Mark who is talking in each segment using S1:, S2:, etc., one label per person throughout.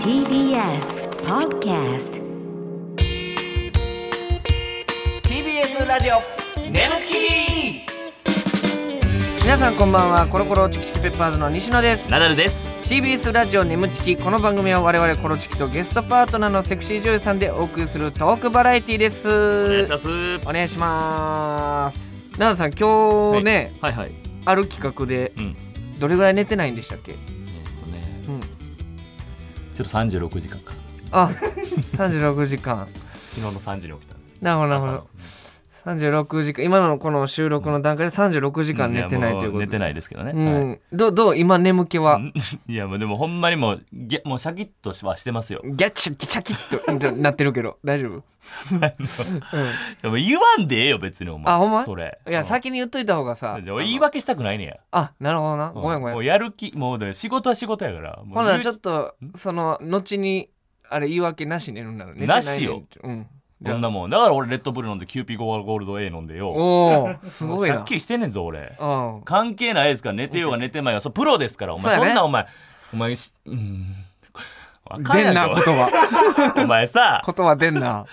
S1: TBS Podcast
S2: TBS ラジオ
S3: ネムチキ
S2: 皆さんこんばんはコロコロチキチキペッパーズの西野です
S3: ナダルです。
S2: TBS ラジオネムチキこの番組は我々コロチキとゲストパートナーのセクシー女優さんでお送りするトークバラエティーです
S3: お
S2: お
S3: 願いします。
S2: お願いします奈良さん今日ね、
S3: はいはい。
S2: ある企画で
S3: うん。
S2: どれぐらい寝てないんでしたっけ、
S3: えっとね、
S2: うん、
S3: ちょっと三十六時間か。
S2: あ36時間
S3: 昨日の三時に起きた。
S2: なるほどなるほ
S3: 朝
S2: ど
S3: の
S2: 36時間今のこの収録の段階で36時間寝てないということ
S3: やも
S2: で、
S3: 寝てないですけどね。
S2: うんどうどう今眠気は、
S3: はい うん。いやもうでもほんまにもうぎゃもうシャキッとはしてますよ。
S2: ギャッチャキチャキッとなってるけど大丈夫、う
S3: でも言わんでええよ別にお前。
S2: あほんま
S3: それ。
S2: ん、いや
S3: うん
S2: 先に言っといた方がさ
S3: でも言い訳したくないねや。
S2: あなるほどな
S3: う
S2: ごめんご
S3: も
S2: め
S3: うんやる気もうだから仕事は仕事やから。もう
S2: ほなち
S3: 言
S2: ょ
S3: う
S2: っとその後にあれ言い訳なしねるんだろ
S3: なしよ
S2: うんじゃあ
S3: こんなもん。だから俺レッドブル飲んでキューピーゴーゴールド A 飲んでよ。
S2: おおすごい
S3: もうしゃ
S2: な
S3: っきりしてんねんぞ俺。
S2: うん
S3: 関係ないですから寝てようが寝てまいがそうプロですからお前
S2: そ
S3: そ,、
S2: うやね
S3: んなお前お前しうんわかん
S2: 出んな
S3: や
S2: 言
S3: ろ
S2: 葉
S3: お前さ
S2: 言葉出んな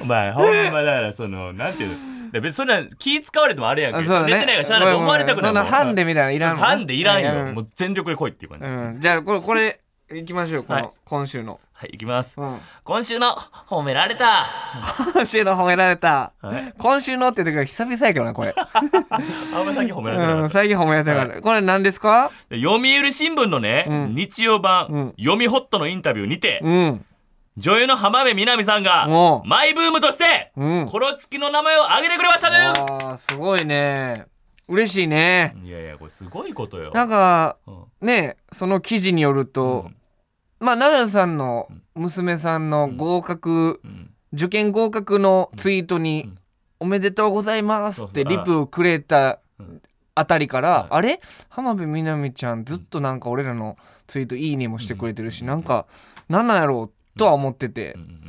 S3: お前ほんまだからそのなんていうので別にそんな気使われてもあれやん
S2: あ
S3: け
S2: そうだ
S3: ど、
S2: ね
S3: 寝てないからしゃあないと思われたくない
S2: そんなハンデ
S3: も
S2: みたいなのいうらんの
S3: ハンデいらんよ
S2: う
S3: もう全力で来いっていう感じ、
S2: うんじゃあこれこれいきましょうこ
S3: はい
S2: の今週の
S3: はい行きます
S2: うん
S3: 今週の褒められた
S2: 今週の褒められた
S3: はい
S2: 今週のって時は久々やけどなこれ
S3: あんまさっき褒められて
S2: う
S3: なか
S2: ん、
S3: った
S2: 最近褒められたから、これ何ですか
S3: で読売新聞のね、
S2: うん
S3: 日曜版、
S2: うん
S3: 読みホットのインタビューにて、
S2: うん。
S3: 女優の浜辺美波さんが
S2: おう
S3: マイブームとして
S2: うん。
S3: コロチキの名前を挙げてくれましたね
S2: ああ、すごいね。嬉しいね。
S3: いやいやこれすごいことよ
S2: なんか、
S3: うん
S2: ね、その記事によると、まあ、奈良さんの娘さんの合格、
S3: うん
S2: 受験合格のツイート
S3: う
S2: に
S3: ん、
S2: おめでとうございますって
S3: そうそ
S2: リ
S3: う
S2: プをくれた
S3: うん
S2: あたりから、
S3: うん
S2: あれ浜辺美波ちゃんずっとなんか俺らのツイートいいねもしてくれてるし、
S3: うん
S2: なんか、なんなんやろうとは思ってて
S3: うんう。ん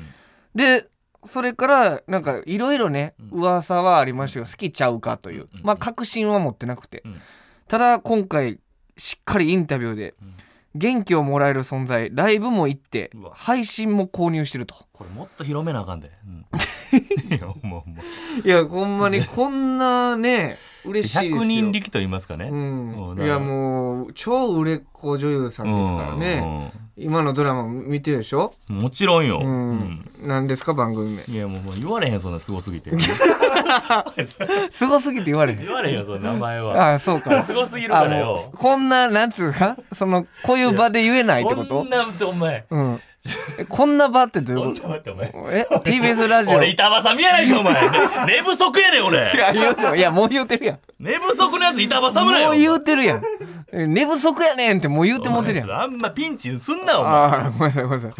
S2: でそれからなんかいろいろね
S3: うん
S2: 噂はありましたけど好きちゃうかという
S3: うん
S2: まあ確信は持ってなくて
S3: うん
S2: ただ今回しっかりインタビューで
S3: うん
S2: 元気をもらえる存在ライブも行って
S3: うわ
S2: 配信も購入してると
S3: これもっと広めなあかんで、 うん、いやもうもう
S2: いやほんま にこんなね嬉しいですよ
S3: 100人力と言いますかね、
S2: うん
S3: う、ん
S2: いやもう超売れっ子女優さんですからね今のドラマ見てるでしょ、
S3: うんもちろんよ、
S2: う
S3: うん
S2: ん、何ですか番組名
S3: いやもうもう言われへんそんなすごす ぎて
S2: すごすぎて言われへん
S3: 言われへんよその名前は
S2: ああそうか
S3: すごすぎる
S2: あ
S3: から
S2: の
S3: よ
S2: こんななんつうかそのこういう場で言えないってこ
S3: ことんなお前
S2: うんえこんな場ってどうい
S3: こん
S2: うこ
S3: な待ってお前
S2: とえ TBS ラジオ
S3: 俺
S2: い
S3: 板挟みやないか お前寝不足やねん俺
S2: や言うてもいやもう言うてるやん
S3: 寝不足のやつ板挟むなよ
S2: もう言うてるやんえ寝不足やねんってもう言うてもうてるやん
S3: あんまピンチすんなお前
S2: ああごめんなさいごめんなさい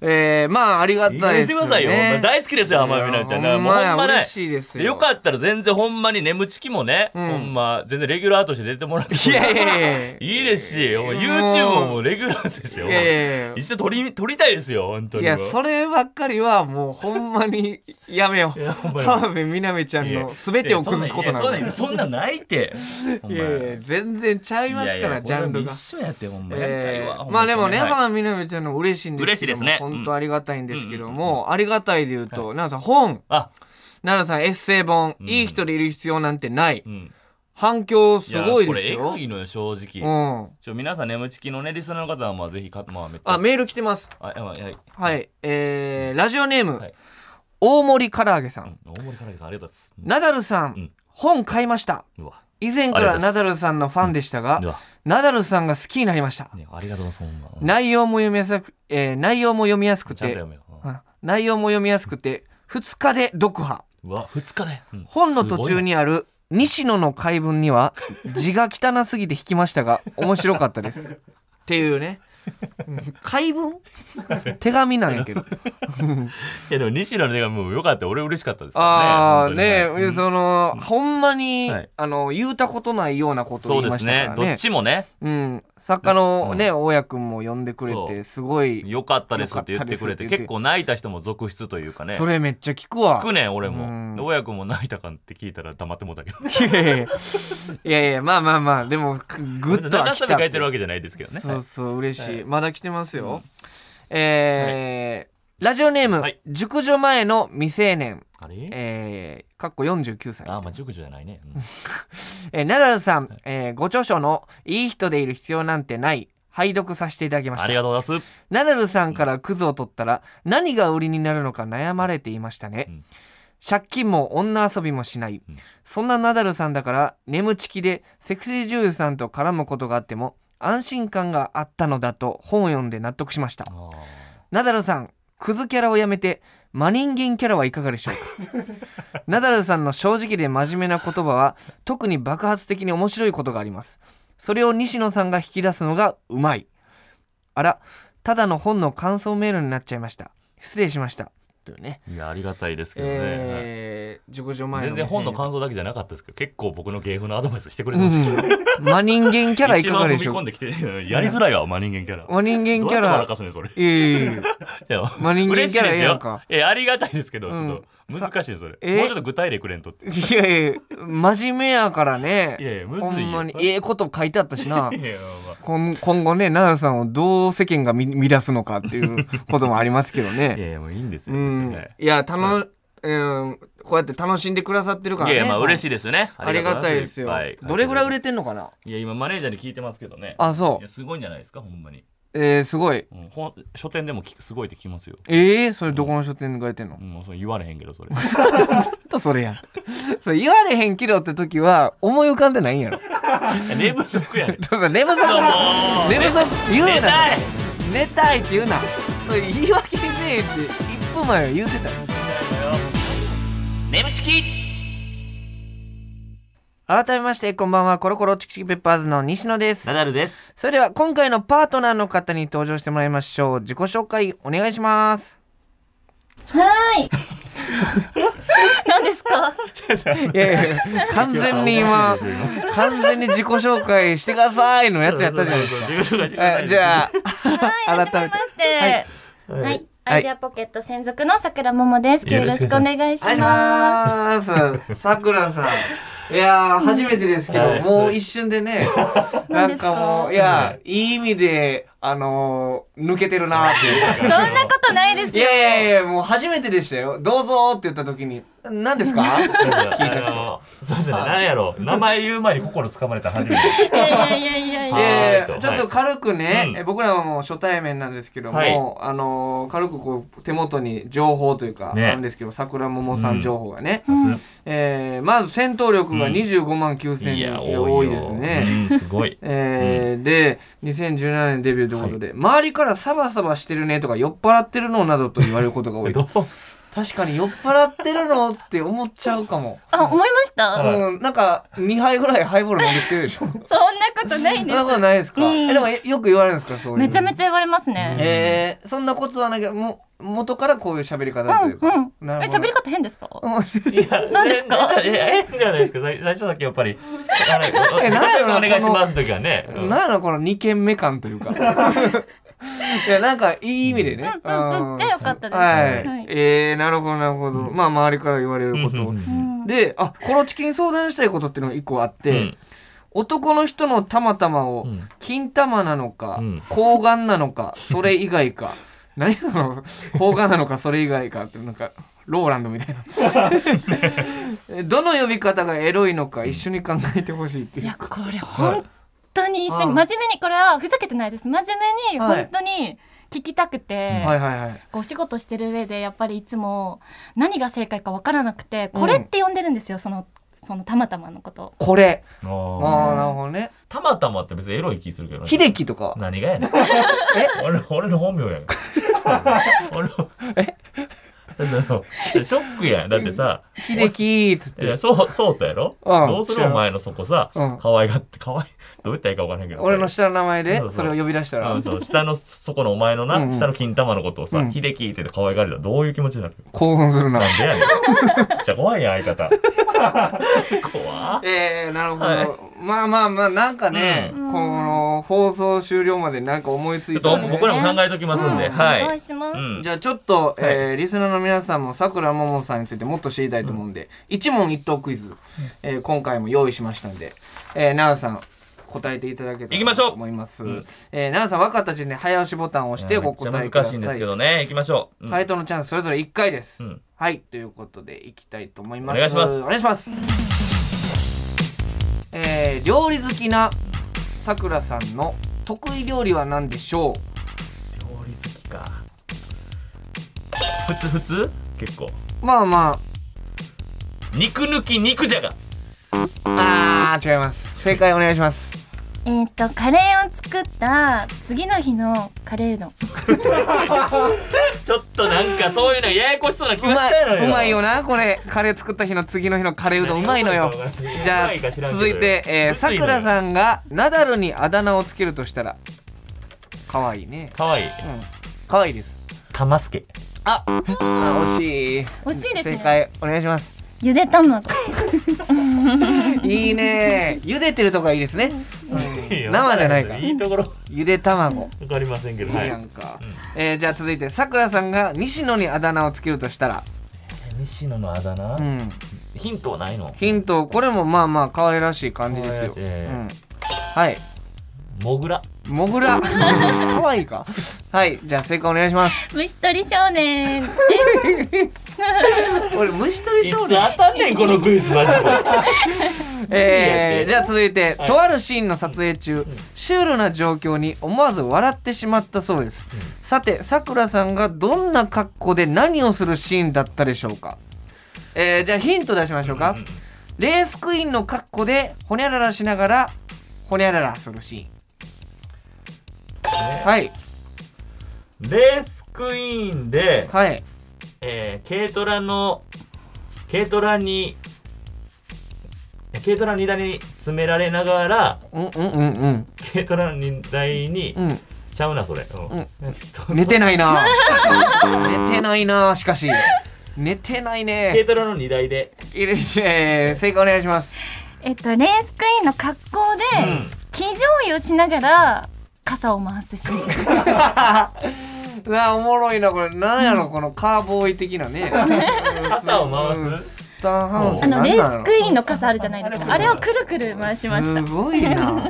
S2: えー、まあありが
S3: いい
S2: たい
S3: 加
S2: で
S3: 減
S2: す
S3: して
S2: よ
S3: くださいよ。ほんま
S2: ね
S3: 大好きですよ、浜辺美奈ちゃん。だからもう
S2: いや
S3: ほんまね。
S2: 嬉しいですよ
S3: よかったら全然ほんまに眠ちきもね、
S2: ん
S3: ほんま全然レギュラーとして出てもらっても
S2: いやいやいやいや
S3: いいですし、ほんま YouTube ももうレギュラーとしてほんま
S2: いやいやいや
S3: 一緒撮り撮りたいですよ本当
S2: い
S3: に
S2: やそればっかりはもうほんまに やめよう
S3: いやほんまに
S2: 浜辺美波ちゃんの全てを崩すことなん
S3: い
S2: だ
S3: やそんなんいやそんなんないってほん
S2: い
S3: ま
S2: やいや全然ちゃいます
S3: い
S2: か
S3: やい
S2: ら
S3: や
S2: ジャンル
S3: 俺も
S2: が
S3: 一緒やってほんまやりたい
S2: え
S3: わ
S2: ーまあでもね、
S3: ほんま
S2: 浜辺美波ちゃんの嬉しいんですけども
S3: 嬉しいですねうん
S2: 本当ありがたいんですけども、ありがたいで言うと、奈良さん本
S3: あ
S2: 奈良さんエッセイ本、
S3: ん
S2: いい人でいる必要なんてない、
S3: うん
S2: 反響す
S3: や
S2: ごいです
S3: これエ
S2: よ
S3: グいのよ正
S2: う
S3: 直
S2: ん
S3: ちょ皆さん眠ちきのねリスナーの方はまあぜひ買ってまあめっちゃ
S2: あメール来てます
S3: あやばいやばい
S2: はいえーラジオネーム、
S3: はい
S2: 大森唐揚げさん、
S3: うん大森からげさんありがとうございます
S2: ナダルさん、
S3: うん
S2: 本買いました
S3: うんうわ
S2: 以前か
S3: あ
S2: ら
S3: り
S2: ナ
S3: がと
S2: ダルさんのファンでしたが
S3: うわ
S2: ナダルさんが好きになりました
S3: ねありがとうございますほんま
S2: 内容も読みやすく、えー内容も読みやすく
S3: ちゃんと
S2: て
S3: 読めよう
S2: あ内容も読みやすくて2日で読破
S3: んうわ二日でうん
S2: 本の途中にある西野の解文には字が汚すぎて引きましたが面白かったですっていうねうん解文手紙なんやけど
S3: いやでも西野の手紙もよかった俺嬉しかったです
S2: あ
S3: から
S2: あね
S3: ね本当にうん
S2: その、ほんまに、
S3: はい
S2: あの言うたことないようなことを
S3: そう
S2: 言いま
S3: で
S2: し
S3: す
S2: たか
S3: ね
S2: ら
S3: ど
S2: ね
S3: っちもね
S2: うん、作家のね、
S3: う
S2: 大家君も呼んでくれ
S3: そ
S2: て
S3: う
S2: すごい
S3: よかったですって言ってくれて
S2: よかったですって言って
S3: 結構泣いた人も続出というかね
S2: それめっちゃ聞くわ
S3: 聞くねん俺
S2: うん
S3: もで親子も泣いたかんって聞いたら黙ってもうたけど
S2: いやいやいや いやいやまあまあまあでもグッとは
S3: 中
S2: 来た
S3: 身書いてるわけじゃないですけどね
S2: そうそう嬉しい、まだ来てますよ、えーラジオネーム、
S3: はい
S2: 熟女前の未成年、
S3: あれ
S2: えー、かっこ49歳、
S3: あ、まあ、熟女じゃないね。うん
S2: えーナダルさん、えーご著書の「いい人でいる必要なんてない」拝読させていただきま
S3: あ
S2: し
S3: り
S2: た
S3: がとうございます。
S2: ナダルさんからクズを取ったら何が売りになるのか悩まれていましたね、
S3: うん
S2: 借金も女遊びもしない、
S3: うん
S2: そんなナダルさんだから眠ちきでセクシー女優さんと絡むことがあっても安心感があったのだと本を読んで納得しました
S3: あ
S2: ナダルさん、クズキャラをやめて、真人間キャラはいかがでしょうか ナダルさんの正直で真面目な言葉は、特に爆発的に面白いことがあります。それを西野さんが引き出すのがうまい。あら、ただの本の感想メールになっちゃいました。失礼しました。というね。
S3: ーいや、ありがたいですけどね。はい
S2: えー、熟女前の
S3: 全然本の感想だけじゃなかったですけど結構僕の芸風のアドバイスしてくれてました、
S2: うん、真人間キャラい
S3: 一
S2: か
S3: 番
S2: がで
S3: 踏み
S2: しょ
S3: 込ん
S2: う
S3: できてやりづらいわ真人間キャラどう
S2: 真人間キャ
S3: やって笑
S2: ラ
S3: か。すねそれ
S2: いやいやいや
S3: 真
S2: 真人間キャラええやんか
S3: えありがたいですけどちょっと
S2: うん
S3: 難しいねそれ、
S2: え
S3: もうちょっと具体例くれんとって
S2: いやいや、真面目やからね。
S3: いやいやむずいよ。
S2: ほんまに、ええこと書いてあったしな
S3: いやまあ
S2: 今今後ね、奈良さんをどう世間が見見出すのかっていうこともありますけど
S3: い
S2: ね。
S3: やいやもういいんです
S2: う
S3: よ、
S2: ん
S3: はい。
S2: いや、楽、うん、こうやって楽しんでくださってるから
S3: い
S2: ね。
S3: やいやまあ嬉しい
S2: い。
S3: ですよね
S2: ありがたいですよ
S3: ありがとう。ござます
S2: どれぐらい売
S3: っ
S2: れてんのかな
S3: ぱいいや今マネージャーに聞いてますけどね
S2: あ、そ
S3: いうや。すごいんじゃないですかほんまに、
S2: えー、すごい。
S3: うん、ほん書店でも聞くすごいって聞きますよ、
S2: ええそれどこの書店で書いてんの、
S3: うん、もうそれ言われへんけどそれ
S2: ちょっとそれやん。 それ言われへんけどって時は思い浮かんでないんやろ。
S3: 寝不足やねん
S2: ちょっ と寝不足
S3: どうも
S2: 寝不足言うな。
S3: 寝たい
S2: 寝たいって言うなそれ言い訳ねえって1分前は言うてたよ
S3: 眠ちき
S2: 改めましてこんばんはコロコロチキチキペッパーズの西野です
S3: ナダルです
S2: それでは今回のパートナーの方に登場してもらいましょう自己紹介お願いします
S1: はーい。何ですか。
S2: いやいや完全に今完全に自己紹介してくださいのやつやったじゃないですかえじ
S3: あ
S2: ゃあ
S1: はい、
S2: 改
S1: 改
S2: め
S1: め
S2: て
S1: まして。はい、アイデアポケット専属の桜ももです。
S3: よ
S1: よ
S3: ろ
S1: ろ
S3: し
S1: し
S3: く
S1: く
S3: お
S1: お
S3: 願
S1: 願いし
S2: お願いし
S1: ま
S2: ますさくらさんいやー初めてですけど、
S3: はい
S2: もう一瞬で ねなんかも
S1: 何ですか
S2: ういやいい意味であのー抜けてるなーっていう
S1: す。そんなことないです
S2: い
S1: よ。
S2: やいやいやもう初めてでしたよどうぞーって言った時に何ですか聞いた時
S3: そうですね何やろう名前言う前に心掴まれた初めて
S1: いやいやいやいやい
S3: はい
S1: や。
S2: え
S3: は
S2: ー
S3: い
S2: ちょっと軽くね、
S3: うん
S2: え僕らはもう初対面なんですけども、
S3: はい
S2: あのー軽くこう手元に情報というか、
S3: ね
S2: なんですけど桜桃さん情報がね、
S1: うん
S2: えーまず戦闘力が
S3: うん
S2: 25万9000
S3: い
S2: 人
S3: や
S2: 多
S3: 多
S2: い
S3: いよ
S2: ですね。
S3: うんすごい
S2: えーで2017年デビューということで、周りからサバサバしてるねとか酔っ払ってるのなどと言われることが多い
S3: どう
S2: 確かに酔っ払ってるのって思っちゃうかも、
S1: あ、思いました。
S3: はい
S2: うん、なんか2杯ぐらいハイボール飲んできてるでしょそん
S1: そんなことないで
S2: なことないですか、
S1: うん
S2: えでもえよく言われるんですかそういう
S1: す。めちゃめ
S2: ち
S1: ちゃ言われますね。
S2: えー、そんなことはないけども元からこういう喋り方
S1: う
S2: と
S1: ん
S2: いううか、
S1: ん。え、
S2: なるほど
S1: 喋り方変ですか。
S2: うん
S1: 何ですか
S3: ええええんじゃないですか最最初だけやっぱりあの
S2: えなんやろな
S3: お願いしますの時はねうん
S2: なんやろこの2軒目感という かいやなんかいい意味でね、
S1: うんうんうんじゃあよかったです
S2: はい、
S1: はい
S2: えー、なるほどなるほど、まあ周りから言われること、
S3: うん
S1: うん
S2: であコロチキに相談したいことっていうのが1個あって、
S3: うん
S2: 男の人のたまたまを
S3: うん
S2: 金玉なのか、
S3: うん
S2: 睾丸なのかそれ以外か 何その睾丸なのかそれ以外かってなんかローランドみ たいなどの呼び方がエロいのか一緒に考えてほしいってい
S1: いうや、これ本当に一緒
S2: は
S1: に
S2: い
S1: 真面目にこれはふざけてないです。真面目に
S2: はい
S1: 本当に聞きたくて。
S2: はいはいはい
S1: こうお仕事してる上でやっぱりいつも何が正解かわからなくてこれって呼んでるんですよ、そのそのたまたまのこと
S2: これあ
S3: あー
S2: あーなるほどね
S3: たまたまって別にエロい気するけどね
S2: 秀樹とかは
S3: 何がやねん
S2: え
S3: 俺俺の本名やん俺のなんだろうショックやんだってさ
S2: 秀樹っつっ
S3: い
S2: て
S3: やそうそうとやろ、
S2: うん
S3: どうするお前のそこさ、
S2: うん
S3: 可愛がって可愛い どう言ったらいいか分からへんけど
S2: 俺の下の名前で
S3: そうそう
S2: それを呼び出したら
S3: うんそう下のそこのお前のな、
S2: うんうん
S3: 下の金玉のことをさ、
S2: うん
S3: 秀樹って言って可愛がるとどういう気持ち になる
S2: 興奮するな
S3: なんでやねんじゃあ怖いやん 相方怖っ
S2: ええなるほど、
S3: はい
S2: まあまあまあなんかね、
S1: うん
S2: この放送終了までなんか思いつ
S3: ちょ
S2: い
S3: ったと
S2: んで
S1: そう
S3: 僕らも考えときますんで、
S1: うん
S3: はい
S1: お願いします、
S3: うん
S2: じゃあちょっと、えーリスナーの皆さんもさくらももさんについてもっと知りたいと思うんで、一問一答クイズ、えー今回も用意しましたんで、えー、なおさん答えていただけた
S3: 行きま
S2: ら
S3: しょ
S2: と
S3: う
S2: 思います
S3: うん
S2: えー奈良さん分かった時点で早押しボタンを押してお答えく
S3: めっちゃ
S2: だ
S3: 難しいんで
S2: さ
S3: す
S2: い
S3: けどね行きましょう、うん
S2: 回答のチャンスそれぞれ1回です、
S3: うん
S2: はいということでいきたいと思います
S3: お願いします
S2: お願いしますえー料理好きなさくらさんの得意料理は何でしょ
S3: 料理好きか普通普通結構
S2: うまあま
S3: 肉抜き肉じゃが
S2: ああー違います正解お願いします
S1: えーっとカレーを作った次の日のカレーうどん
S3: ちょっとなんかそういうのややこしそうな気
S2: う
S3: がし
S2: ま
S3: たのよ
S2: いうまいよなこれカレー作った日の次の日のカレーうどんうまいのよじゃあ続いてえーさくら
S3: ん
S2: さんがナダルにあだ名をつけるとしたらかわいいね
S3: かわいい
S2: うんかわいいです
S3: 玉助
S2: あ、あ惜しい。
S1: 惜しいですね
S2: 正解お願いします。
S1: ゆで卵
S2: いいね。茹でてるとこがいいですね。うん生じゃないから。
S3: いいところ
S2: ゆで卵。
S3: わかりませんけ
S2: い
S3: ど
S2: い
S3: はい
S2: やんか。えーじゃあ続いてさくらさんが西野にあだ名をつけるとしたら、
S3: 西野のあだ名、
S2: うん、
S3: ヒントはないの
S2: ヒントこれもまあまあ可愛らしい感じです
S3: 可
S2: よ。
S3: 愛
S2: う
S3: らしい
S2: ん、はい。
S3: モグラ
S2: モグ ラ。可愛いか。はい。じゃあ正解お願いします。
S1: 虫取り少年で
S2: 俺虫取り少年。
S3: 当たんねんこのクイズマジで
S2: えー、
S3: いいやつ
S2: じゃあ続いて、
S3: はい
S2: とあるシーンの撮影中、シュールな状況に思わず笑ってしまったそうです、さてさくらさんがどんな格好で何をするシーンだったでしょうかえー、じゃあヒント出しましょうか、レースクイーンの格好でほにゃららしながらほにゃららするシーンはい
S3: レースクイーンで、
S2: はい
S3: えー、軽トラの軽トラに軽トラの荷台に詰められながら
S2: うんうんうんうん
S3: 軽トラの荷台に、
S2: うん
S3: ちゃうなそれ、
S2: うん
S3: うん
S2: 寝てないな寝てないなしかし寝てない
S3: 軽
S2: ね
S3: トラの荷台で、
S2: いるえー正解お願いします
S1: えっとレースクイーンの格好で
S3: うん
S1: 騎乗位をしながら傘を回すシーン
S2: うわおもろ いなこれなんやろこのカーボーイ的な ね
S3: 傘を回す
S2: うんスターハウス
S1: あの
S2: なん
S1: レ
S2: な
S1: ースクイーンの傘あるじゃないですかあれをくるくる回しました
S2: すごい な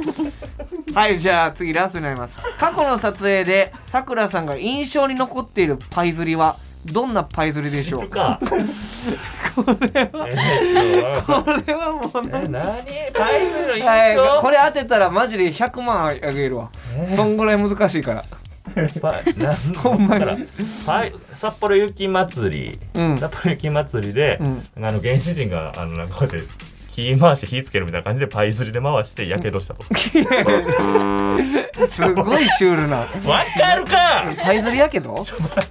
S2: はいじゃあ次ラストになります過去の撮影でさくらさんが印象に残っているパイ釣りはどんなパイ釣りでしょ
S3: いる
S2: う
S3: かこれは
S2: これはもうね
S3: 何 パイズルの印象、
S2: はい、これ当てたらマジで100万あげるわ、
S3: えー
S2: そんぐらい難しい から
S3: パイなん
S2: ほんまに
S3: だからパイ札幌雪祭り、
S2: うん
S3: 札幌雪祭りで、
S2: う
S3: あの原始人があのなんかこうやって火回して火つけるみたいな感じでパイ釣りで回してやけどしたと、
S2: すごいシュールな
S3: わかるか
S2: パイ釣りやけど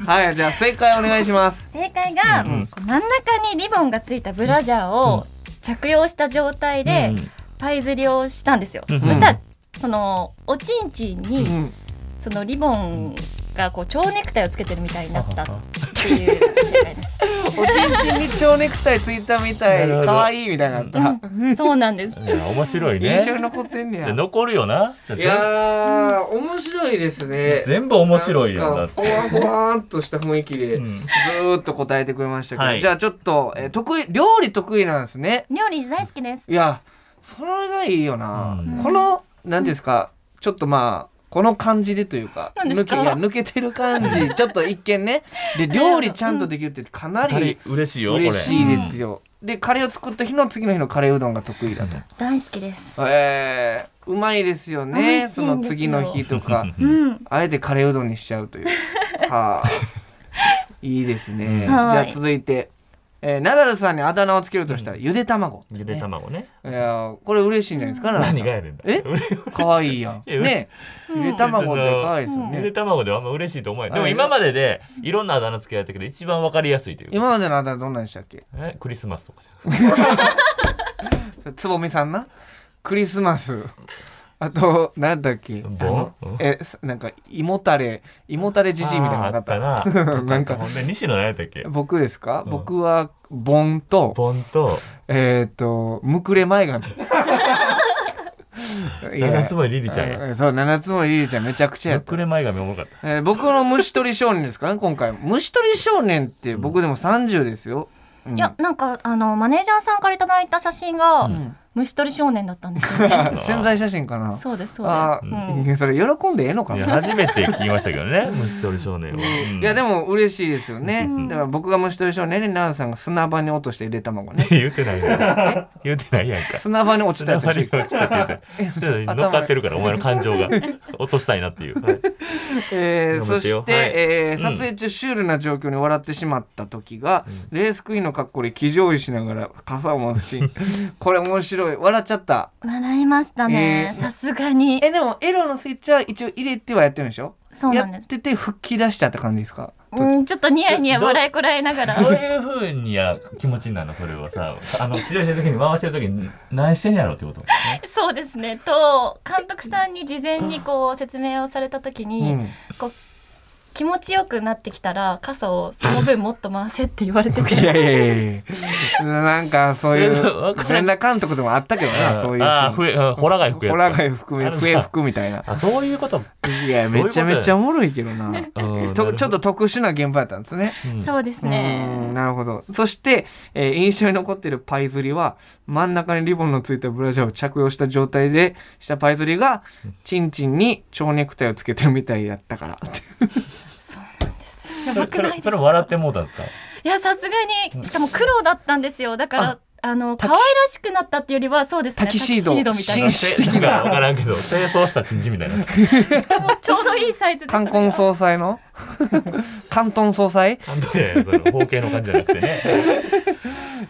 S2: はいじゃあ正解お願いします
S1: 正解
S3: う
S1: が、
S3: ん
S1: こう真ん中にリボンがついたブラジャーを着用した状態で
S3: うん
S1: パイ釣りをしたんですよ、
S3: うん
S1: そしたらそのおちんちんに、
S2: うん
S1: そのリボンがこう蝶ネクタイをつけてるみたいになったっていう正解です
S2: おちんちんに蝶ネクタイついたみたい
S3: なるほど
S2: 可愛いみたいになった、
S1: そうなんです
S3: いや面白いね
S2: 印象に残ってんねや
S3: で残るよない
S2: やー面白いですね
S3: 全部面白い
S2: な
S3: よだ
S2: ん
S3: っ
S2: か
S3: て
S2: ほわほわーっとした雰囲気で
S3: う
S2: ず
S3: ん
S2: ーっと答えてくれましたけど、
S3: はい
S2: じゃあちょっと、えー得意料理得意なんですね
S1: 料理大好きです
S2: いやそれがいいよな、
S3: うん
S2: この何ですか、ちょっとまあこの感じでというか
S1: 何で
S2: 抜
S1: す
S2: け
S1: か
S2: いや抜けてる感 じちょっと一見ねで料理ちゃんとできるってかな
S3: 二
S2: り
S3: 人嬉しいよこれ
S2: 嬉しいですよでカレーを作った日の次の日のカレーうどんが得意だと、
S1: 大好きです
S2: えーうまいですよ
S1: 美味しいん
S2: ね
S1: です
S2: そ
S1: よ
S2: の次の日と か
S1: うん
S2: あえてカレーうどんにしちゃうというはあいいですね、
S3: う
S2: じ
S3: ん
S2: ゃ
S1: は
S2: あ
S1: い
S2: 続いて、えーナダルさんにあだ名をつけるとしたら、ゆで卵
S3: ゆで卵ね
S2: いやーこれ嬉しいんじゃないですか、ナダルさん
S3: 何がやねんだ
S2: え可愛いやん。
S3: いや
S2: ね、ゆで卵って可愛いですよ
S3: ゆで
S2: ね。
S3: 卵ではあんま嬉しいと思えないで
S2: は
S3: も
S2: い
S3: 今まででいろんなあだ名つけられたけど一番わかりやすいというか
S2: 今までのあだ名どんなんでしたっけ？
S3: えクリスマスとかじ
S2: それつぼみさんな。クリスマス。あとなんだっけ？
S3: ゃん
S2: あの
S3: ボンうん
S2: えさなんか胃もたれ胃もたれじじいみたいなの
S3: あ
S2: な
S3: ー
S2: かっ
S3: あった
S2: た。
S3: な
S2: なんか
S3: ほんで西野何やったっけ
S2: 僕ですか？
S3: うん
S2: 僕はボンと
S3: ボンと
S2: えっとむくれ前 髪。いや
S3: 七つ森リリちゃんや
S2: あそう七つもりりちゃんめちゃくちゃや
S3: む
S2: っ
S3: く
S2: た。
S3: れ前髪おもろかった
S2: えー僕の虫取り少年ですか ね今回虫取り少年って僕でも30ですよ。うん
S1: いやなんかあのマネージャーさんからいただいた写真が、
S2: ん
S1: 虫取り少年だったんですよね
S2: 潜在写真かな
S1: そうですそう
S2: あ
S1: です、
S2: ー
S1: うん
S2: いやそれ喜んでええのか
S3: いや
S2: な
S3: 初めて聞きましたけど ね虫取り少年は、うん
S2: いやでも嬉しいですよね、
S1: うん
S2: だから僕が虫取り少年に奈良さんが砂場に落としたゆで卵 ね
S3: 言うてないやん言うてないやんか
S2: 砂場に落ちたやつ
S3: つ
S2: で
S3: な
S2: し
S3: り
S2: ょ
S3: 落ちたって言ってちょっと乗っかってるからお前の感 情が落としたいなっていう、はい
S2: えー
S3: 頑張
S2: そ
S3: って
S2: し
S3: よ
S2: て、
S3: はい
S2: えー
S3: うん
S2: 撮影中シュールな状況に笑ってしまった時が、レースクイーンの格好で騎乗位しながら傘を回すシーンこれ面白い笑っちゃった
S1: 笑いましたね
S2: えー
S1: さすがに
S2: えでもエロのスイッチは一応入れてはやってるんでしょ
S1: そうなん
S2: や
S1: で
S2: っ
S1: す
S2: てて吹き出しちゃった感じですか
S1: うんちょっとニヤニヤ
S3: ど
S1: 笑いこらえなが
S3: どう
S1: ら
S3: いうふうにや気持ちになるのそれはさあの治療してる時に回してる時に何してんやろってこと、
S1: そうですねと監督さんに事前にこう説明をされた時に、
S2: うん
S1: こう気持ちよくなってきたら傘をその分もっと回せって言われてく
S2: い
S1: る
S2: やいやいやいやなんかそういう
S3: わからん
S2: 全裸監督でもあったけどなそういうシ
S3: あ
S2: ー
S3: あ
S2: ン
S3: ふえあホラ貝吹くやつ
S2: ホラ貝含
S3: あ
S2: め
S3: のさ
S2: 笛吹くみた いな
S3: あそういうこと、
S2: いやめちゃめちゃおもろいけどな
S3: うん
S2: とちょっと、特殊な現場やったんですね
S3: うん
S1: そうですね
S2: うんなるほどそして、えー印象に残っているパイ釣りは真ん中にリボンのついたブラジャーを着用した状態でしたパイ釣りがチンチンに蝶ネクタイをつけてるみたいだった から
S1: そうなんですよやば
S3: そ
S1: くない
S3: れ
S1: です
S3: そ
S1: か
S3: れ笑ってもうたんですか
S1: いやさすがにしかも黒だったんですよだからあの
S2: タ
S1: 可
S2: キ
S1: 愛らしくなったっていうよりはそうですね
S2: タキシード
S1: みたいな
S2: 紳士的
S3: なんか
S2: な
S3: 分からんけど清掃したチンジみたいな
S1: しかもちょうどいいサイズで
S2: 冠婚
S1: それ
S2: 総
S1: が
S2: 裁の 関東総裁
S3: 本当にその包茎の感じじゃなくてね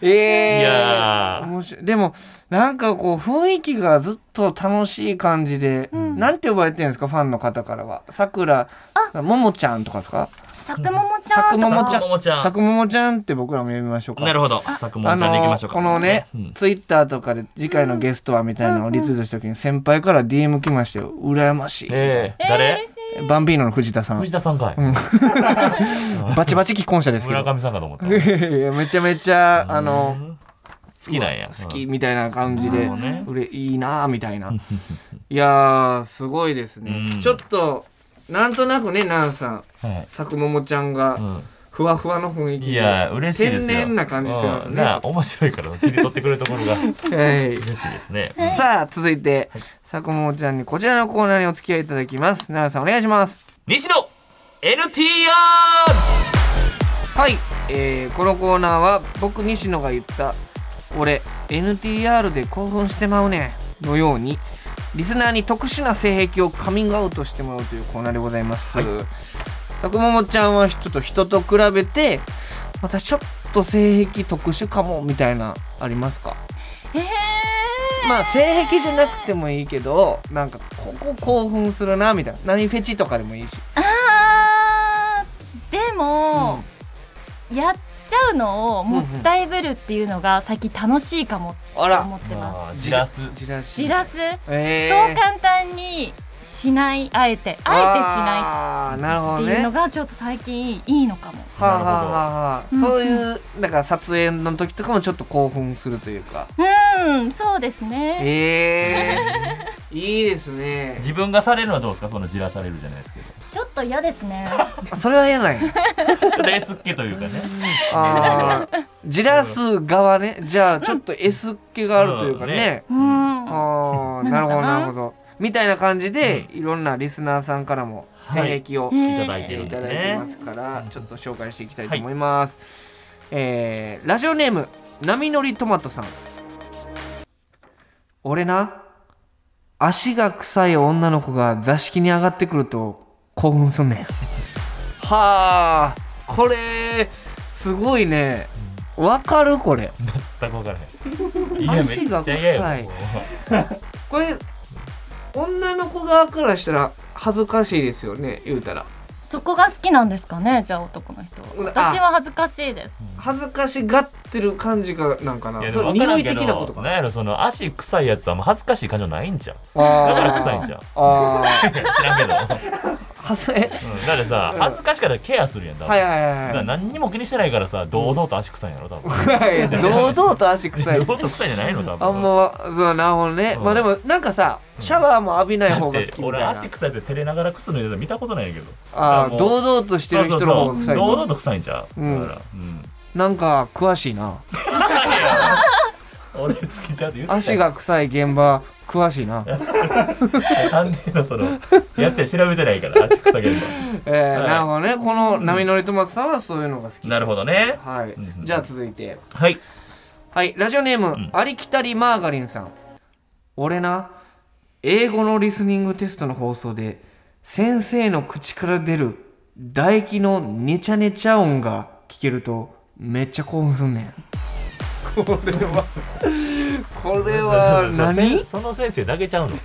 S2: え え
S3: いやー
S2: 面白いでもなんかこう雰囲気がずっと楽しい感じで、
S1: うん
S2: なんて呼ばれてるんですかファンの方からはさくらももちゃんとかですか
S1: さくももちゃん
S2: さ
S1: とか
S2: くももちゃん
S3: ももちゃ
S2: さ
S3: ん
S2: くももちゃんって僕らも呼びましょうか
S3: なるほどさくもんちゃんでいきましょうか
S2: あのーこのね、
S3: うん
S2: ツイッターとかで次回のゲストはみたいなのをリツイートした時に先輩から DM 来まして羨ましい、
S3: ええ
S1: えー
S3: 誰
S1: 嬉しい
S2: バンビーノの藤田さん
S3: 藤田さんかい
S2: バチバチ既婚者ですけ
S3: 村
S2: ど
S3: 上さんかと思っ た
S2: いやめちゃめちゃあの
S3: うん好きなんや
S2: 好きみたいな感じで、
S3: なるほどね
S2: うれいいなあみたい ないやーすごいですね、
S3: うん
S2: ちょっとなんとなくねナンさん
S3: はい
S2: さくももちゃんが
S3: うん
S2: ふわふわの雰囲気で
S3: いや嬉しいですよ
S2: 天然な感じしてます
S3: うん
S2: ね
S3: なあ面白いから切り取ってくれるところが
S2: はい
S3: 嬉しいですね
S2: さあ続いてさくももちゃんにこちらのコーナーにお付き合いいただきます奈良さんお願いします
S3: 西野 NTR
S2: はい、えーこのコーナーは僕西野が言った「俺 NTR で興奮してまうねん」のようにリスナーに特殊な性癖をカミングアウトしてもらうというコーナーでございます、さくももちゃんは人と人と比べてまたちょっと性癖特殊かもみたいなありますか
S1: えー
S2: まあ性癖じゃなくてもいいけどなんかここ興奮するなみたいな何フェチとかでもいいし、
S1: あーで
S2: うん
S1: も、やっちゃうのをもったいぶるっていうのが最近楽しいかもって
S2: あ
S1: 思
S2: ら
S1: ってます。
S3: あーじらす
S2: じらし
S1: じらす、
S2: え
S1: そう簡単にしないあえてあ
S2: あえてしないあーなるほ
S1: え
S2: ど
S1: てし
S2: ね
S1: ないっていうのがちょっと最近いいのかも。
S2: はあ、はあはあはあ、
S1: なるほど
S2: そういうだから撮影の時とかもちょっと興奮するというか
S1: うんそうですね。
S2: ええ ー、いいですね
S3: 自分がされるのはどうですかそのじらされるじゃないですけど
S1: ちょっと嫌ですね。
S2: あそれは嫌 ない
S3: ちょっとエスっ気というかね
S2: あーじらす側ねじゃあちょっと S っ気があるというか
S3: うん
S2: ね
S3: ね,、
S1: うん。
S2: あーな
S1: な
S2: る
S1: の
S2: ほど
S1: かな
S2: なるほどみたいな感じで、いろんなリスナーさんからも性癖を、
S1: はい
S3: いただいてるん
S2: い
S3: で
S2: た
S3: す
S2: だいて
S3: ね
S2: ますから、ちょっと紹介していきたいと思います、えーラジオネーム波乗りトマトさん俺な足が臭い女の子が座敷に上がってくると興奮すんねんはあこれすごいねわかるこれ
S3: 全く分からへんいやめっち
S2: 足が
S3: ゃ
S2: 臭い
S3: 嫌やもう
S2: これ女の子側からしたら恥ずかしいですよね言うたら
S1: そこが好きなんですかねじゃあ男の人は
S2: うんあ
S1: 私は恥ずかしいです
S2: 恥ずかしがってる感じがなんか
S3: い
S2: な
S3: や
S2: それ
S3: 分か
S2: 匂
S3: らん
S2: い
S3: け
S2: 的
S3: ど
S2: なことか
S3: なんやろその足臭いやつはもう恥ずかしい感情ないんじゃん
S2: あー
S3: だから臭いんじゃん
S2: ああ、
S3: 知らんけど、う
S2: はずえ、
S3: ん、だってさ恥ずかしからケアするやんだ
S2: はいはい
S3: だ
S2: はい
S3: か
S2: は
S3: ら
S2: い
S3: 何にも気にしてないからさ堂々と足臭いんやろ多分
S2: はい。堂々と足臭
S3: 堂
S2: い。
S3: 々と臭いんじゃないの多分
S2: あんま、そうなるほどね。
S3: うん
S2: まあでも、なんかさ、シャワーも浴びない
S3: だ
S2: 方
S3: っ
S2: が好
S3: て
S2: きみたい
S3: 俺
S2: な。
S3: 足臭いやつで照れながら靴脱いでたの見たことないんやけど
S2: あ
S3: だからも
S2: あ、
S3: う
S2: 堂々としてる人の方が臭い
S3: そうそうそう堂
S2: の。
S3: 々と臭いんちゃう、
S2: うん
S3: だから、うん
S2: なんか、詳しいな。
S3: 俺好きじゃんって言ってたよ
S2: 足が臭い現場詳しいな、
S3: 探偵のそのやって調べてな いから足草げる
S2: えーなるほどねこの波乗りトマトさんはそういうのが好き
S3: のなるほどね
S2: はい
S3: うん
S2: じゃあ続いて
S3: はい
S2: はいラジオネーム、
S3: ん
S2: ありきたりマーガリンさん俺な英語のリスニングテストの放送で先生の口から出る唾液のネチャネチャ音が聞けるとめっちゃ興奮すんねんこれはこれは
S3: そうそうそう
S2: 何
S3: せその先生だけちゃうの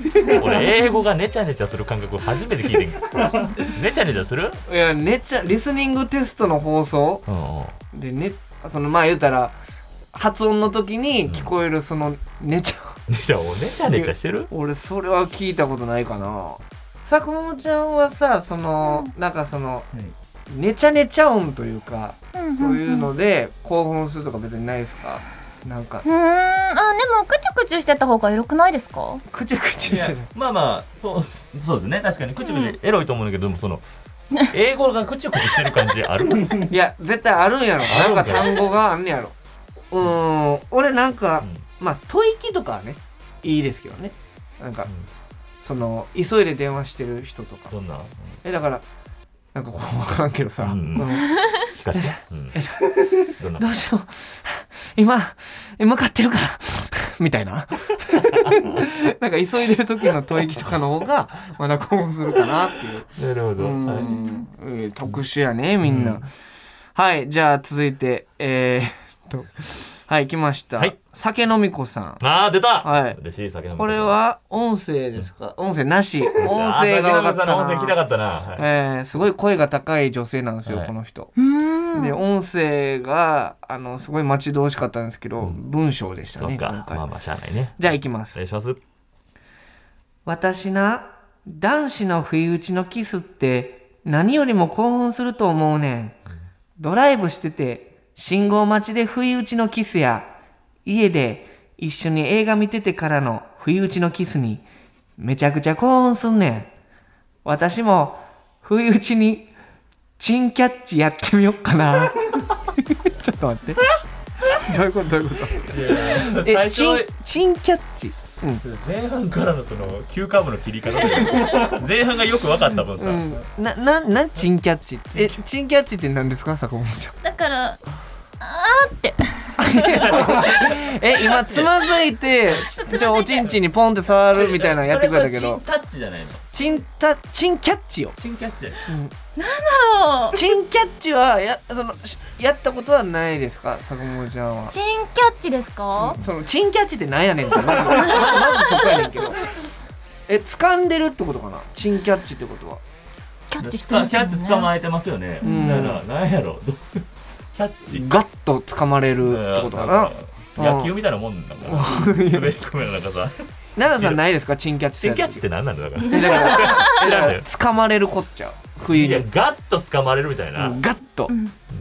S3: 俺英語がネチャネチャする感覚初めて聞いて んけどネチャネチャする
S2: いやネチャリスニングテストの放送
S3: うんうん
S2: でねそのまあ言うたら発音の時に聞こえるそのネチャ、
S3: じゃあおネチャネチャしてる
S2: 俺それは聞いたことないかな坂本ちゃんはさその、なんかそのネチャネチャ音というか、
S1: うんうんうん
S2: そういうので興奮するとか別にないですかなんか
S1: うーんあでもクチュクチュしてた方がエロくないですか
S2: くちゃくちゃしてる
S3: いやまあまあそうそうですね確かに口々エロいと思うんだけどでもその英語がクチュクチュしてる感じあるうん
S2: いや絶対あるんやろ
S3: あ
S2: な
S3: る
S2: ん
S3: んか
S2: か単語があんねやろうーん俺なんか、まあ吐息とかはねいいですけどねなんか、その急いで電話してる人とか
S3: どんなうん
S2: えだからなんかこう分からんけどさ、
S3: うん
S2: この
S3: 聞かせてうんどんな
S2: どうしよう今向かってるからみたいななんか急いでる時の吐息とかの方がまだ興奮するかなっていう
S3: なるほど
S2: う
S3: はい
S2: ん、えー特殊やねみんな、
S3: うん
S2: はいじゃあ続いてえー、っとはい来ました、
S3: はい
S2: 酒飲み子さん
S3: あー出た、
S2: はい
S3: 嬉しい酒飲み
S2: これは音声ですか音声なし音声が分かった
S3: な
S2: な
S3: 音声聞きたかったな、はい
S2: えーすごい声が高い女性なんですよ、
S3: はい
S2: この人
S1: うーん
S2: で音声があのすごい待ち遠しかったんですけど、
S3: うん
S2: 文章でした
S3: そ
S2: ね
S3: っ
S2: 今
S3: か
S2: 回、
S3: まあまあしゃあないね
S2: じゃあ行きま
S3: お
S2: す
S3: 願いします
S2: 私な男子の不意打ちのキスって何よりも興奮すると思うねんドライブしてて信号待ちで不意打ちのキスや家で一緒に映画見ててからの不意打ちのキスにめちゃくちゃ興奮すんねん私も不意打ちにチンキャッチやってみよっかな ちょっと待ってどういうことどういうことえチンチンキャッチうん
S3: 前半からのその急カーブの 切り方で前半がよく分かった分さ、
S2: うん、な、な、な、チンキャッチって。え、チンキャッチって何ですか、坂本ちゃん。
S1: だからあーって
S2: え、今つまずいて、ちちょ、おちんちんにポンって触るみたいなのやってくれたけ
S3: それ
S2: ど
S3: さ。チンタッチじゃないの
S2: チンタ、チンキャッチよ。
S3: チンキャッチ
S1: あの
S2: チンキャッチは、や、その、しやったことはないですか、坂本ちゃんは。
S1: チンキャッチですか、
S2: その、チンキャッチってなんやねんって、まず、ままずそこやねんけど。え、掴んでるってことかな、チンキャッチってことは。
S1: キャッチして
S3: あ
S1: ます
S3: キ
S1: よ
S3: ャ
S1: ね
S3: ッチ捕まえてますよね、
S2: うん
S3: だからなんやろどうキャッチ
S2: ガッと掴まれるってことかな。
S3: 野球みたいなもんだから滑り込めの中さ
S2: 奈良さんないですか、チンキャッチ
S3: チンキャッチ
S2: っ
S3: ってて何なんだよだか
S2: やつ。えだから、
S3: ら知らんのよ
S2: 掴まれるこっちゃう。冬
S3: いや
S2: に。
S3: ガッと掴まれるみたいな、
S2: ガッと。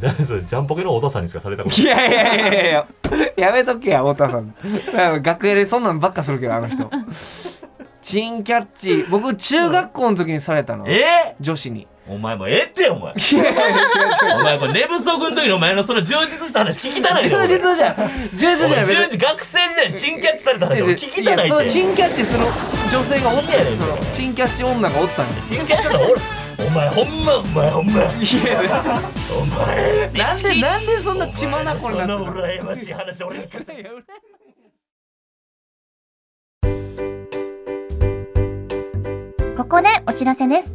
S3: だから それジャンポケのお父さんにしかされたこと
S2: いやいやいやいややめとけや太田さんなんか楽屋でそんなんばっかするけどあの 人チンキャッチ僕中学校の時にされたの
S3: ないえ
S2: 女子 に
S3: ー、お前もうええって お前
S2: いやいや違う違う
S3: お前これ寝不足の時のお前のその充実した話聞きたないよ
S2: 充実じゃん充実じゃん
S3: 俺俺充実学生時代にチンキャッチされた話俺聞きた
S2: や
S3: ない
S2: そう
S3: って
S2: チ
S3: チン
S2: ンキャッチする女性がおった
S3: いやいやいや
S2: のチンキャッチ女がおったんで
S3: キャッチされた俺お前ほんまお前ほんま
S2: いやいや
S3: お前
S2: なんでなんでそんな血眼
S3: な
S2: に
S3: そん
S2: な
S3: な
S2: ってる
S3: 羨ましい話俺に聞かせ
S1: ここでお知らせです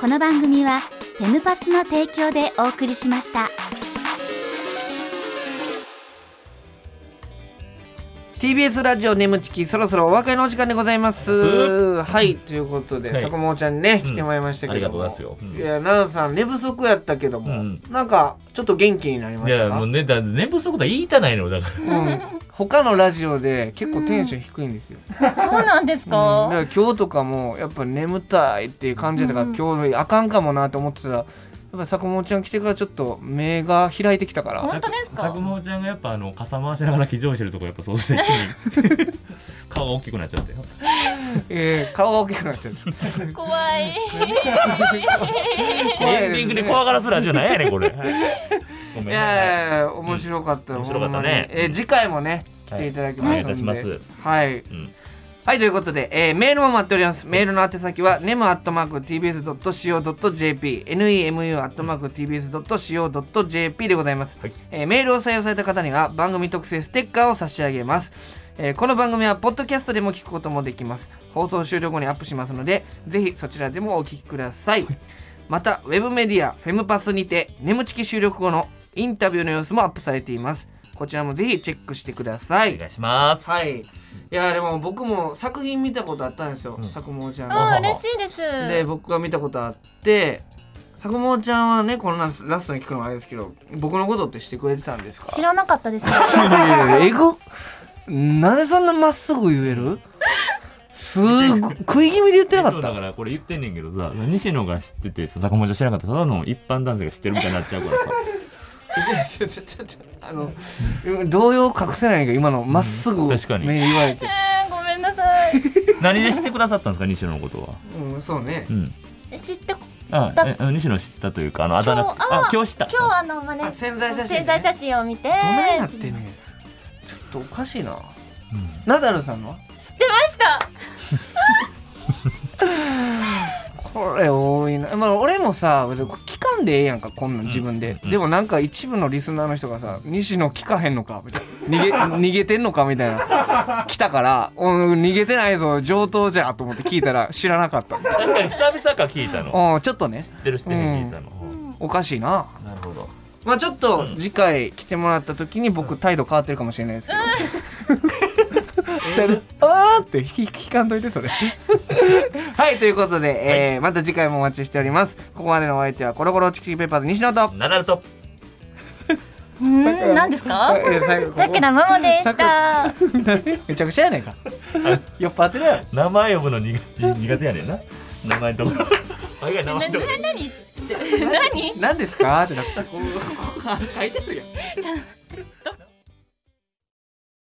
S4: この番組はテムパスの提供でお送りしました。
S2: TBS ラジオ眠ちきそろそろお別れのお時間でございます
S3: す
S2: はいということで、
S3: はい
S2: 坂本ちゃんね
S3: うん
S2: 来てもらいましたけども、
S3: ありがとうございますよ
S2: や奈良さん寝不足やったけども、
S3: うん
S2: なんかちょっと元気になりま
S3: い
S2: した
S3: や
S2: か
S3: もうねだ寝不足だ言いたないのだか
S2: うん、他のラジオで結構テンション低いんですよ、うん
S1: そうなんですか、
S2: だから今日とかもやっぱ眠たいっていう感じだったから、
S1: うん
S2: 今日あかんかもなと思ってたらやっぱ坂本ちゃん来てからちょっと目が開いてきたから
S1: 本
S3: ら
S1: 当ですか
S3: 佐久間ちゃんがやっぱあの傘回しながら騎乗してるとこやっぱそ うして顔が大きくなっちゃって
S2: えー顔が大きくなっちゃった。
S1: 怖い
S3: エンディングで怖がらすラジオなんやね んこれはいごめん
S2: い
S3: なさい
S2: やいや面白かった。
S3: うん面白かっ
S2: ほ
S3: たね
S2: んまにえー次回もね、来
S3: はい
S2: ていただき
S3: お
S2: ま
S3: 願い
S2: す
S3: い
S2: の
S3: た
S2: で。
S3: します
S2: はい。
S3: うん
S2: はい、ということで、えーメールも待っております。メールの宛先は、nemu.tbs.co.jp、nemu.tbs.co.jp でございます、
S3: はい
S2: えーメールを採用された方には、番組特製ステッカーを差し上げます。えーこの番組は、ポッドキャストでも聞くこともできます。放送終了後にアップしますので、ぜひそちらでもお聞きください。また、ウェブメディア、フェムパスにて、眠ちき収録後のインタビューの様子もアップされています。こちらもぜひチェックしてください
S3: お。願いします
S2: はい。いやでも僕も作品見たことあったんですよ、
S3: うん
S2: 佐久間ちゃん
S1: あ
S2: の。
S1: ー嬉しいです
S2: で僕が見たことあって佐久間ちゃんはねこのラスラストに聞くのもあれですけど僕のことってしてくれてたんですか
S1: 知らなかったで す
S2: いやいやいやえぐなんでそんなまっすぐ言えるすご 食い気味で言ってなか
S3: え
S2: っ
S3: っとだ
S2: た
S3: からこれ言ってんねんけどさ西野が知ってて坂本ちゃん知らなかったただの一般男性が知ってるみたいになっちゃうからさ
S2: ちょちょちょちょあの動揺を隠せないけど今のまっすぐ
S3: うん
S2: 目
S3: 確かに
S2: 言われて、
S1: えー ごめんなさい
S3: 何で知ってくださったんですか西野のことは
S2: うん、そうね
S3: うん
S1: 知って知っ
S3: あ
S1: た
S3: え西野知ったというかあのあだ名つ
S1: 今日あ
S3: あ今日知った
S1: 今日あのマネ
S2: あ宣材写真ね
S1: 宣材写真を見て
S2: どないなってん
S1: 知り
S2: ね
S1: ま
S2: ん
S1: し
S2: ちょっとおかしいな
S3: うん
S2: ナダルさんのは
S1: た知ってました
S2: これ多いな、まあ、俺もさ別に聞かんでええやんかこんなん自分で、
S3: うん
S2: でもなんか一部のリスナーの人がさ「西野聞かへんのか」みたい な逃げ「逃げてんのか」みたいな来たから「うん逃げてないぞ上等じゃ」と思って聞いたら知らなか った
S3: 確かに久々か聞いたの
S2: うんちょっとね
S3: 知ってる知ってる聞いたの、
S2: おかしいな
S3: なるほど
S2: まあちょっと次回来てもらった時に僕態度変わってるかもしれないですけど、 あーって引きかんといてそれ はいということで、えーまた次回もお待ちしておりますここまでのお相手はコロコロチキチキペッパーズ西野と
S3: ナダルと
S1: うーん何ですか
S2: えー最後
S1: さくらももでした
S2: めちゃくちゃやねんか酔っ払ってるやろ
S3: 名前呼ぶの苦苦手やねんな名前のとこあいや名前のとこ
S1: 何って何
S2: 何ですかじゃなくてこうここ書いてるやん